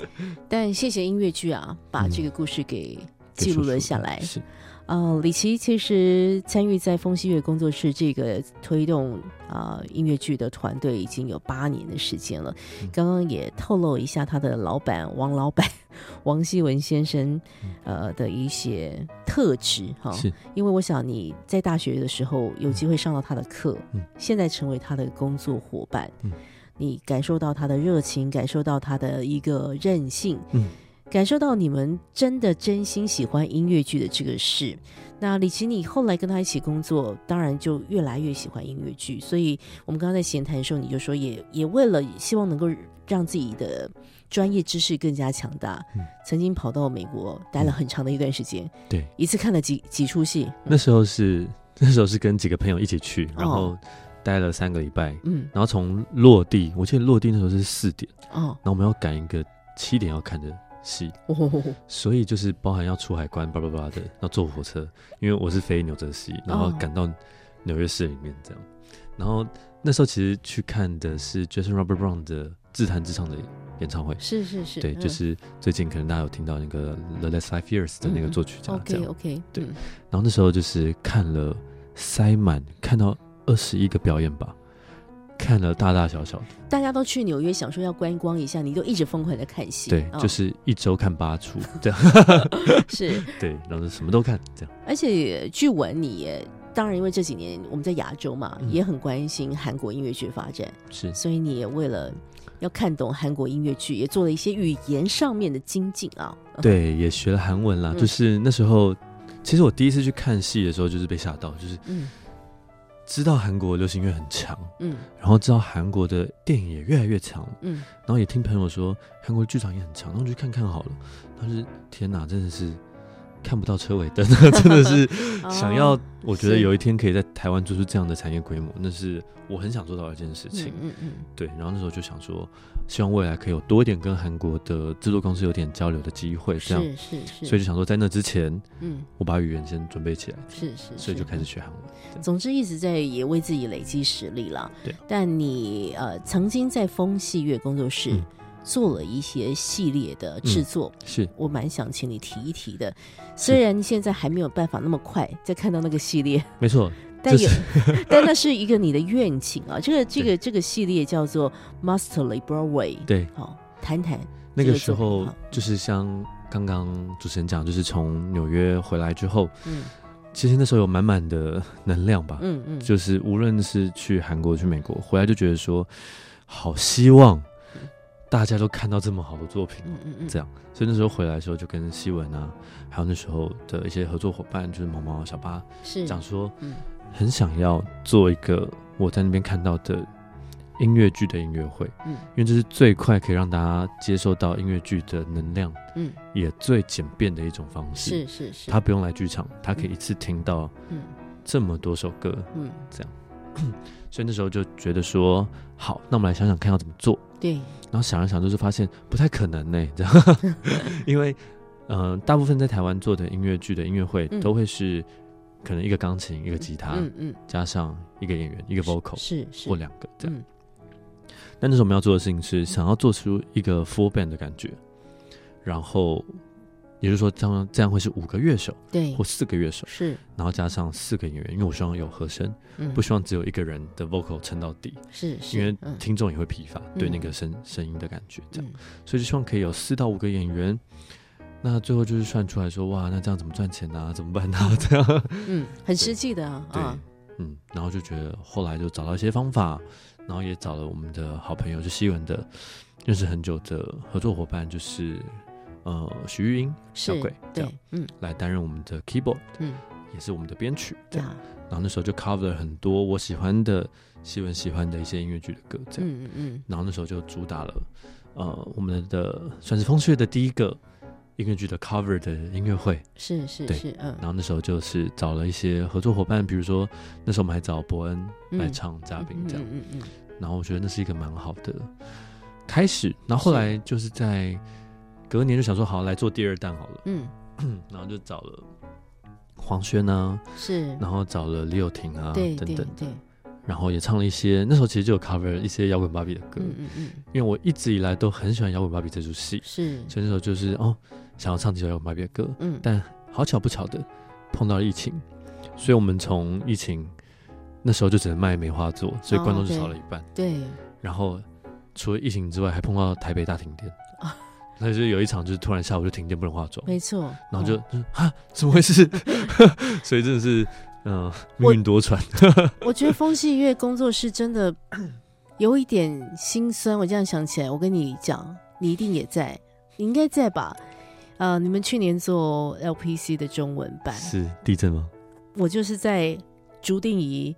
但谢谢音乐剧啊，把这个故事给 记录了下来。
是
呃，李琦其实参与在风西乐工作室这个推动啊、呃音乐剧的团队已经有八年的时间了。刚刚也透露一下他的老板王老板 王希文先生呃的一些特质哈，
是，
因为我想你在大学的时候有机会上到他的课，
嗯
现在成为他的工作伙伴，
嗯
你感受到他的热情，感受到他的一个韧性，
嗯
感受到你们真的真心喜欢音乐剧的这个事。那李琦，你后来跟他一起工作，当然就越来越喜欢音乐剧。所以我们刚刚在闲谈的时候，你就说也也为了希望能够让自己的专业知识更加强大，
嗯
曾经跑到美国待了很长的一段时间，
对，
一次看了几几出戏。
那时候是那时候是跟几个朋友一起去，然
哦
后待了三个礼拜，
嗯
然后从落地，我记得落地那时候是四点，
哦，
然后我们要赶一个七点要看的戏，
哦
所以就是包含要出海关，巴拉巴拉的，要坐火车，因为我是飞纽泽西，然
哦
后赶到纽约市里面这样。然后那时候其实去看的是 Jason Robert Brown 的自弹自唱的演唱会，
是嗯是是，
对，就是最近可能大家有听到那个 The Last Five Years 的那个
嗯
作曲家这
OK
样。
OK，嗯
对然后那时候就是看了塞满，看到二十一个表演吧，看了大大小小的，
大家都去纽约想说要观光一下，你就一直疯狂的看戏，
对，
哦
就是一周看八出啊这样，
是。
对，然后就什么都看这样，
而且据闻你也，当然因为这几年我们在亚洲嘛，
嗯
也很关心韩国音乐剧发展，
是
所以你也为了要看懂韩国音乐剧，也做了一些语言上面的精进啊。
对，也学了韩文啦。
嗯
就是那时候，其实我第一次去看戏的时候，就是被吓到，就是
嗯
知道韩国流行乐很强，
嗯
然后知道韩国的电影也越来越强，
嗯，
然后也听朋友说韩国剧场也很强，那我就去看看好了。但是天哪，真的是看不到车尾灯，啊 真的是想要
哦，
我觉得
是
有一天可以在台湾做出这样的产业规模，那是我很想做到的一件事情
嗯。嗯嗯，
对，然后那时候就想说，希望未来可以有多一点跟韩国的制作公司有点交流的机会，这样。
是是是，
所以就想说，在那之前，
嗯
我把语言先准备起来，
是是，
所以就是开始学韩文。对
总之一直在也为自己累积实力啦。
对，
但你呃曾经在风戏乐工作室
嗯
做了一些系列的制作，
是
我蛮想请你提一提的。虽然现在还没有办法那么快再看到那个 系列，
没错，
但
就
有
是
但那是一个你的愿景啊。这个这个这个系列叫做 Masterly Broadway，
对
好、谈谈
那
这
个
个
时
作品
候
好
就是像刚刚主持人讲，就是从纽约回来之后，
嗯
其实那时候有满满的能量吧，
嗯嗯，
啊就是无论是去韩国、去美国，回来就觉得说，好希望大家都看到这么好的作品，
嗯嗯嗯，
这样，所以那时候回来的时候就跟希文啊，还有那时候的一些合作伙伴，就是毛毛、小巴，
是
讲说
嗯，
很想要做一个我在那边看到的音乐剧的音乐会，
嗯
因为这是最快可以让大家接受到音乐剧的能量，
嗯，
也最简便的一种方式。
是是是，
他不用来剧场，他可以一次听到
嗯
这么多首歌，
嗯，
所以那时候就觉得说，好，那我们来想想看要怎么做。
对，
然后想了想，就是发现不太可能呢、 这样，因为呃，大部分在台湾做的音乐剧的音乐会
嗯
都会是、可能一个钢琴、一个吉他，
嗯嗯，
加上一个演员、一个 vocal
是是
或两个这样。
嗯
但那时候我们要做的事情是想要做出一个 full band 的感觉，然后也就是说，这样这样会是五个乐手
对
或，四个乐手，
是
然后加上四个演员，因为我希望有和声，
嗯
不希望只有一个人的 vocal 撑到底，
是是，
因为
嗯
听众也会疲乏对那
嗯
个声声音的感觉这样。
嗯
所以就希望可以有四到五个演员。那最后就是算出来说，哇，那这样怎么赚钱啊？怎么办啊？这样，
嗯，很实际的啊
对
啊，
嗯，然后就觉得后来就找到一些方法，然后也找了我们的好朋友，就西文的认识很久的合作伙伴，就是呃徐玉英小
是
鬼这样
对，嗯
来担任我们的 keyboard，
嗯
也是我们的编曲。这样，
呀，
然后那时候就 cover 了很多我喜欢的西文喜欢的一些音乐剧的歌，这样。
嗯嗯嗯，
然后那时候就主打了，呃，我们的算是风趣的第一个音乐剧的 cover 的音乐会。
是是
对
是，嗯
然后那时候就是找了一些合作伙伴，比如说那时候我们还找伯恩
嗯
来唱嘉宾
嗯
这样。
嗯嗯嗯，
然后我觉得那是一个蛮好的开始。然后后来就是在隔年就想说，好来做第二弹好了，
嗯
然后就找了黄轩啊，
嗯是，
然后找了李友廷啊
对
等
对
等
对嗯
的，，然后也唱了一些那时候其实就有 cover 一些摇滚芭比的歌，
嗯嗯嗯，
因为我一直以来都很喜欢摇滚芭比这出戏，
是，
所以那时候就是哦，想要唱几首摇滚芭比的歌，
嗯
但好巧不巧的碰到了疫情，所以我们从疫情那时候就只能卖梅花座，所以
哦
观众就少了一半。
对，
然后除了疫情之外，还碰到台北大停电
啊
所以就有一场就是突然下午就停电不能化妆，
没错，
然后就
嗯
嗯啊怎么 回事？ 所以真的是嗯、呃命运多舛，
哎我觉得风信月工作室真的有一点心酸。我这样想起来，我跟你讲，你一定也在，你应该在吧？呃，你们去年做 LPC 的中文版，
是地震 吗？，
我就是在竹定仪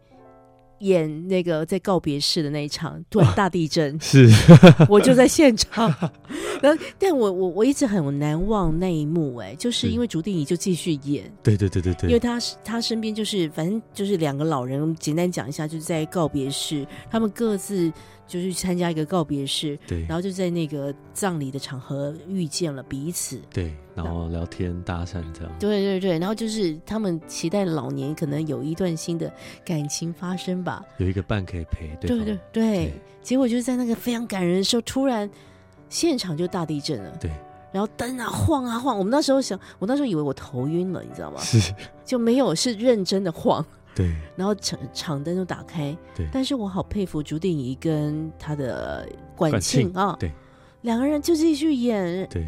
演那个在告别式的那一场突然大地震
是，
我就在现场。然后，但我我我一直很难忘那一幕、哎，就是
是
因为竹定仪就继续演，
对对对对对，
因为他是他身边就是反正就是两个老人，我们简单讲一下，就是在告别式，他们各自就是参加一个告别式，
对
然后就在那个葬礼的场合遇见了彼此。
对，然后聊天搭讪这样，
对对对，然后就是他们期待老年可能有一段新的感情发生吧。
有一个伴可以陪对
对
方，
对对，结果就是在那个非常感人的时候，突然现场就大地震了。
对。
然后灯啊晃啊晃，我们那时候想，我那时候以为我头晕了，你知道吗？
是，
就没有是认真的晃，
对
然后场场灯都打开。
对
但是我好佩服朱定仪跟他的管
管
庆
庆
啊，
对，
两个人就继续演，
对，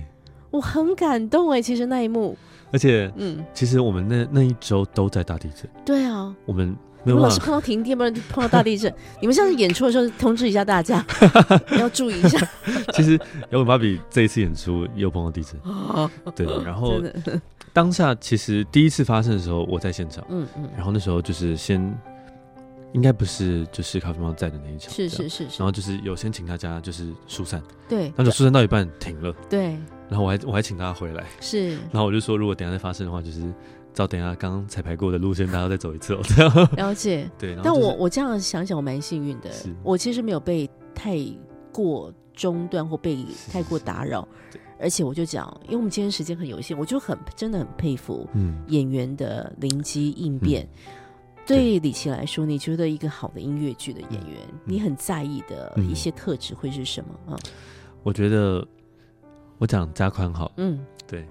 我很感动哎。其实那一幕，
而且
嗯，
其实我们那那一周都在大地震，
对啊，
我们没
我
有
们老
办
是
法，
碰到停电，不然就碰到大地震。 你们下次演出的时候通知一下 大家，要注意一下。
其实摇滚芭比这一次演出又碰到地震，
哦，
对，然后
真的，
当下其实第一次发生的时候我在现场，
嗯嗯，
然后那时候就是先应该不是就是咖啡猫在的那一场，这
是是
样。
是是
然，后就是有先请大家就是疏散，
对呃
但是疏散到一半停了，
对
然后我还我还请大家回来，
是。
然后我就说如果等一下再发生的话，就是照等一下刚刚彩排过的路线，大家再走一次哦，这样。
了解，
对，然后
但
就是
我我这样想想，我蛮幸运的
是。
我其实没有被太过中断或被
是
太过
是
打扰
对，
而且我就讲，因为我们今天时间很有限，我就很真的很佩服
嗯，
演员的灵机应变。对李琦来说，你觉得一个好的音乐剧的演员，
嗯
你很在意的一些特质会是什么啊？
我觉得我讲加宽好了，
嗯，
对，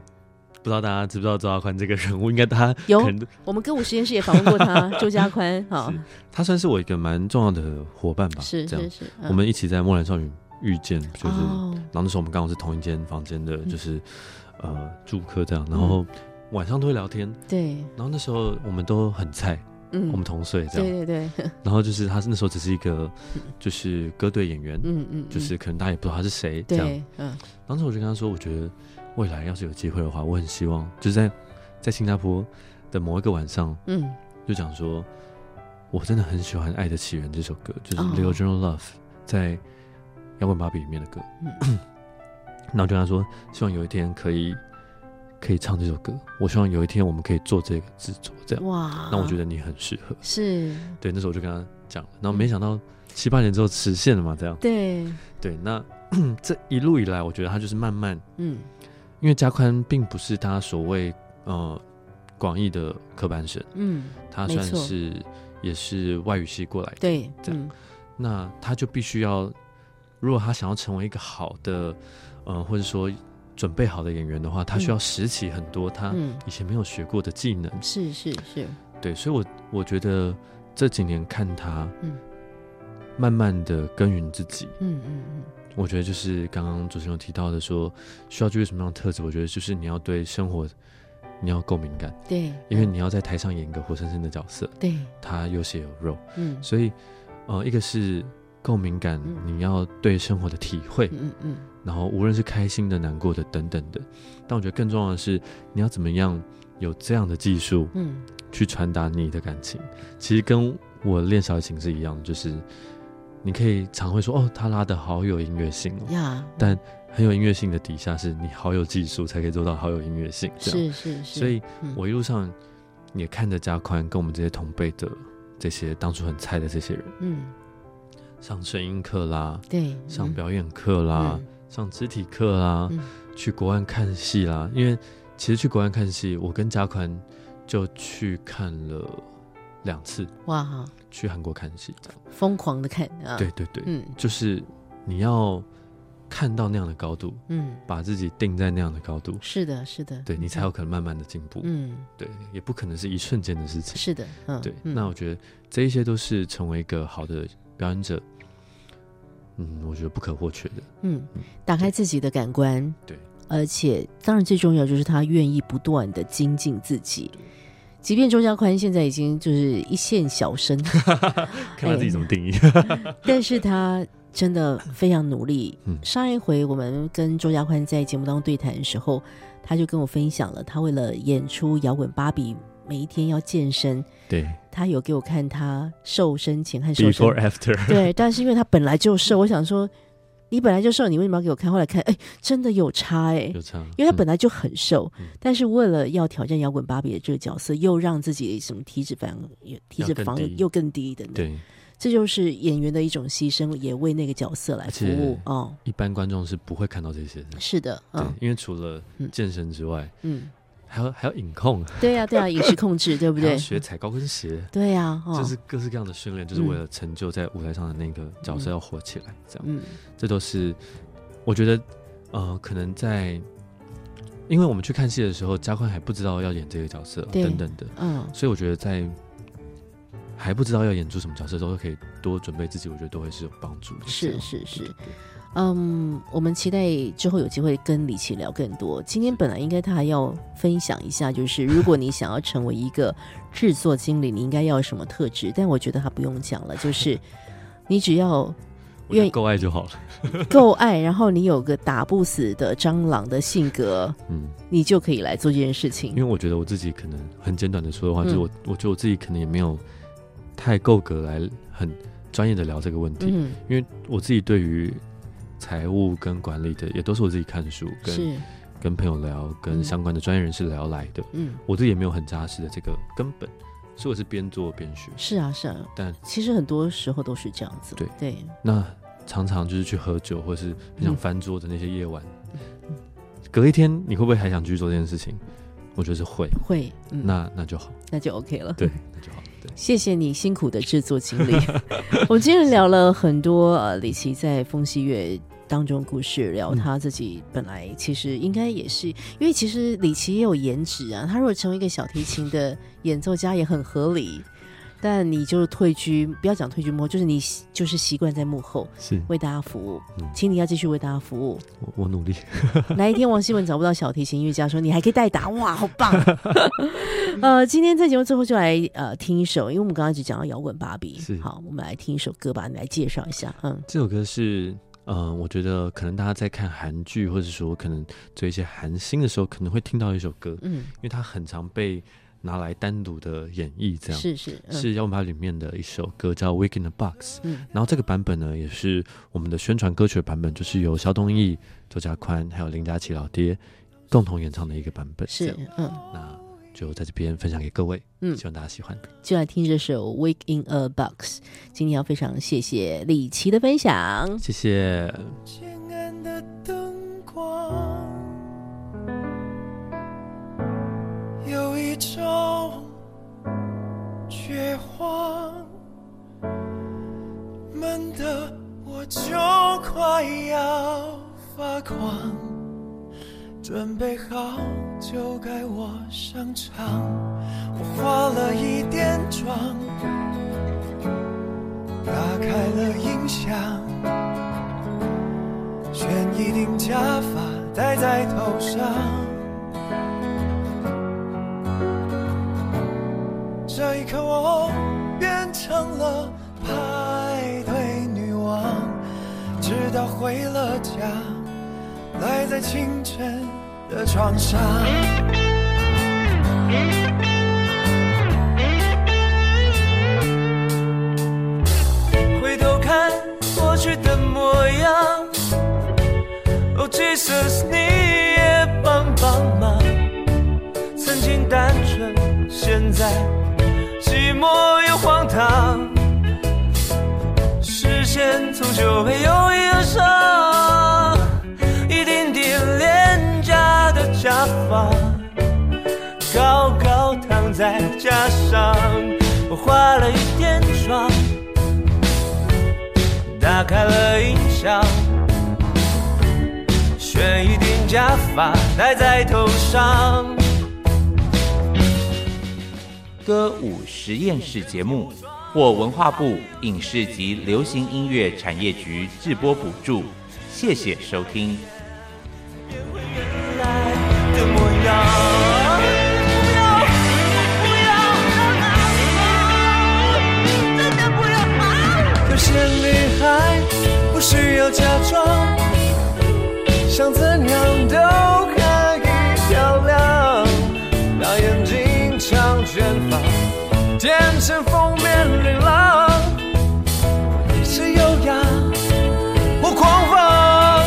不知道大家知不知道周亚宽这个人物？应该大家
有
可能
我们歌舞实验室也访问 过他，周家宽，好，
是他算是我一个蛮重要的伙伴吧。
是
这样
是，是，嗯
我们一起在《莫兰少女》遇见，就是、
哦，
然后那时候我们刚好是同一间房间的，
嗯
就是、呃住客这样，然后晚上都会聊天。
对，
然后那时候我们都很菜，
嗯
我们同岁这样。
对对对，
然后就是他那时候只是一个就是歌队演员，
嗯嗯，
就是可能大家也不知道他是谁这样。
对，嗯
当时我就跟他说，我觉得未来要是有机会的话，我很希望就是在在新加坡的某一个晚上，
嗯
就讲说，我真的很喜欢《爱的起源》这首歌，就是
哦
《Little Journal Love》在摇滚芭比里面的歌。
嗯
然后就跟他说，希望有一天可以可以唱这首歌，我希望有一天我们可以做这个制作，这样。
哇，
啊
嗯
那我觉得你很适合。
是
对，那时候我就跟他讲了，然后没想到七八年之后实现了嘛，这样。
对，
对，那 这一路以来，我觉得他就是慢慢，
嗯
因为加宽并不是他所谓呃广义的科班生，
嗯，
他
没
算
错
是也是外语系过来的。
对，
这样
嗯
那他就必须要，如果他想要成为一个好的，呃，或者说准备好的演员的话，他需要拾起很多他
嗯，
以前没有学过的技能。
是是是，
对，所以我我觉得这几年看他，
嗯
慢慢的耕耘自己，
嗯嗯
我觉得就是刚刚主持人有提到的说，需要具备什么样的特质？我觉得就是你要对生活，你要够敏感，
嗯，对，
因为你要在台上演一个活生生的角色，
对，
他有血有肉，
嗯
所以，呃，一个是够敏感，
嗯
你要对生活的体会，
嗯嗯
然后无论是开心的、难过的等等的。但我觉得更重要的是，你要怎么样有这样的技术
嗯
去传达你的感情。其实跟我练小提琴是一样的，就是你可以常会说哦，他拉的好有音乐性
嗯
哦。
呀，
但很有音乐性的底下是你好有技术才可以做到好有音乐性，这样。
是是
啊
是，
所以
嗯
我一路上也看着加宽跟我们这些同辈的这些当初很菜的这些人，
嗯
上声音课啦，
对，
上
嗯
表啊演课啦，
嗯
上肢体课啦，
嗯
去国外看戏啦。因为其实去国外看戏，我跟加宽就去看了两次，
哇，
去韩国看戏。这样
疯狂的看啊，
对，对对，
嗯
就是你要看到那样的高度，
嗯，
把自己定在那样的高度，
是的，是的，
对你才有可能慢慢的进步。
嗯，
对，也不可能是一瞬间的事情。
是的，嗯，
对，
嗯
那我觉得这一些都是成为一个好的表演者，嗯，我觉得不可或缺的。
嗯，打开自己的感官，
对，
而且当然最重要就是他愿意不断的精进自己。即便周家宽现在已经就是一线小生， 哎
看他自己怎么定义。
但是他真的非常努力。
嗯
上一回我们跟周家宽在节目当中对谈的时候，他就跟我分享了他为了演出摇滚芭比，每一天要健身。
对
他有给我看他瘦身前和 瘦身
，before after，
对，但是因为他本来就瘦，我想说你本来就瘦，你为什么要给我看？后来看，哎，真的有差哎、
有差，
因为他本
来、
来就很瘦，
嗯
但是为了要挑战摇滚芭比的这个角色，又让自己什么体脂肪、体脂
要更
肪
低
又更低等等，
对
这就是演员的一种牺牲，也为那个角色来
而
服
且
务。哦，
一般观众是不会看到这些的。
是的，
对
嗯，
因为除了健身之外，
嗯，
还要还要影控，
对呀、对呀、饮食控制，对不
还要
对？
学踩高跟鞋，
对呀、哦，
就是各式各样的训练，就是
嗯
为了成就在舞台上的那个角色要火起来。这样，
嗯
这都是我觉得，呃，可能在。因为我们去看戏的时候，嘉宽还不知道要演这个角色
对
等等的，
嗯，
所以我觉得在还不知道要演出什么角色的时候，可以多准备自己，我觉得都会是有帮助的。这
是
样
是是
对。对对
嗯，我们期待之后有机会跟李琦聊更多。今天本来应该他还要分享一下，就是如果你想要成为一个制作经理，你应该要有什么特质？但我觉得他不用讲了，就是 你只要
我觉
愿
得
意
够爱就好了。
够爱，然后你有个打不死的蟑螂的性格，
嗯，
你就可以来做这件事
因
情
为。我觉得我自己可能很简短的说的话，就是
嗯
我我觉得我自己可能也没有太够格来很专业的聊这个问题，
嗯，
因为我自己对于财务跟管理的也都是我自己看书跟
是，
跟朋友聊，跟
嗯
相关的专业人士聊来的，
嗯，
我自己也没有很扎实的这个根本，所以我是边做边学。
是啊，是啊。
但
其实很多时候都是这样子。
对
对，
那常常就是去喝酒，或是很想
嗯
翻桌的那些夜晚，隔一天你会不会还想继续做这件事情？我觉得是会，
会，嗯，那
那那就好，
那就 OK 了。
对，那就好，对。
谢谢你辛苦的制作经历。 我们今天聊了很多呃，李琦在风戏月当中故事，聊
嗯
他自己本来其实应该也是，因为其实李琦也有颜值啊，他如果成为一个小提琴的演奏家也很合理。但你就退居，不要讲退居幕后，就是你习就是习惯在幕后
是
为大家服务
嗯，
请你要继续为大家服务。
我我努力，
哪一天王希文找不到小提琴音乐家，说你还可以代打，哇，好棒！ 呃，今天在节目最后就来呃听一首，因为我们刚刚只讲到摇滚芭比
是，
好，我们来听一首歌吧，你来介绍一下，嗯，
这首歌是，呃，我觉得可能大家在看韩剧，或者说可能追一些韩星的时候，可能会听到一首歌，
嗯，
因为它很常被拿来单独的演绎，这样
是是嗯
是摇滚吧里面的一首歌叫《Wake in the Box》，
嗯
然后这个版本呢，也是我们的宣传歌曲的版本，就是由肖东义、周家宽还有林佳琪老爹共同演唱的一个版本，这
是
样，
嗯，
那就在这边分享给各位，
嗯
希望大家喜欢。
就来听这首《Wake in a Box》。今天要非常谢谢李琦的分享，
谢谢。
渐暗的灯光，有一种绝望，闷得我就快要发狂。准备好就该我上场，我化了一点妆，打开了音响。选一顶假发戴在头上，这一刻我变成了派对女王，直到回了家，赖在清晨的床上。回头看过去的模样。哦、oh,，Jesus，你也帮帮忙。曾经单纯，现在寂寞又荒唐，视线终究会有忧伤。一顶顶廉价的假发，高高躺在架上，我化了一点妆，打开了音响。选一顶假发戴在头上。
歌舞实验室节目获文化部影视及流行音乐产业局制播补助，谢谢收听。
原来的模样。有些女孩不需要假装，想怎样都可以漂亮。大眼睛，长卷发，天生风面琳琅，是优雅或狂放。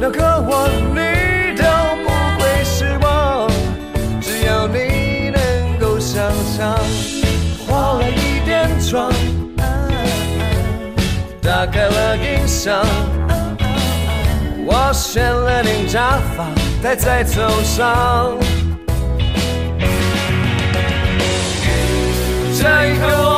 那个我你都不会失望，只要你能够想象。化了一点妆，打开了音响，我选了顶假发戴在头上。这一刻我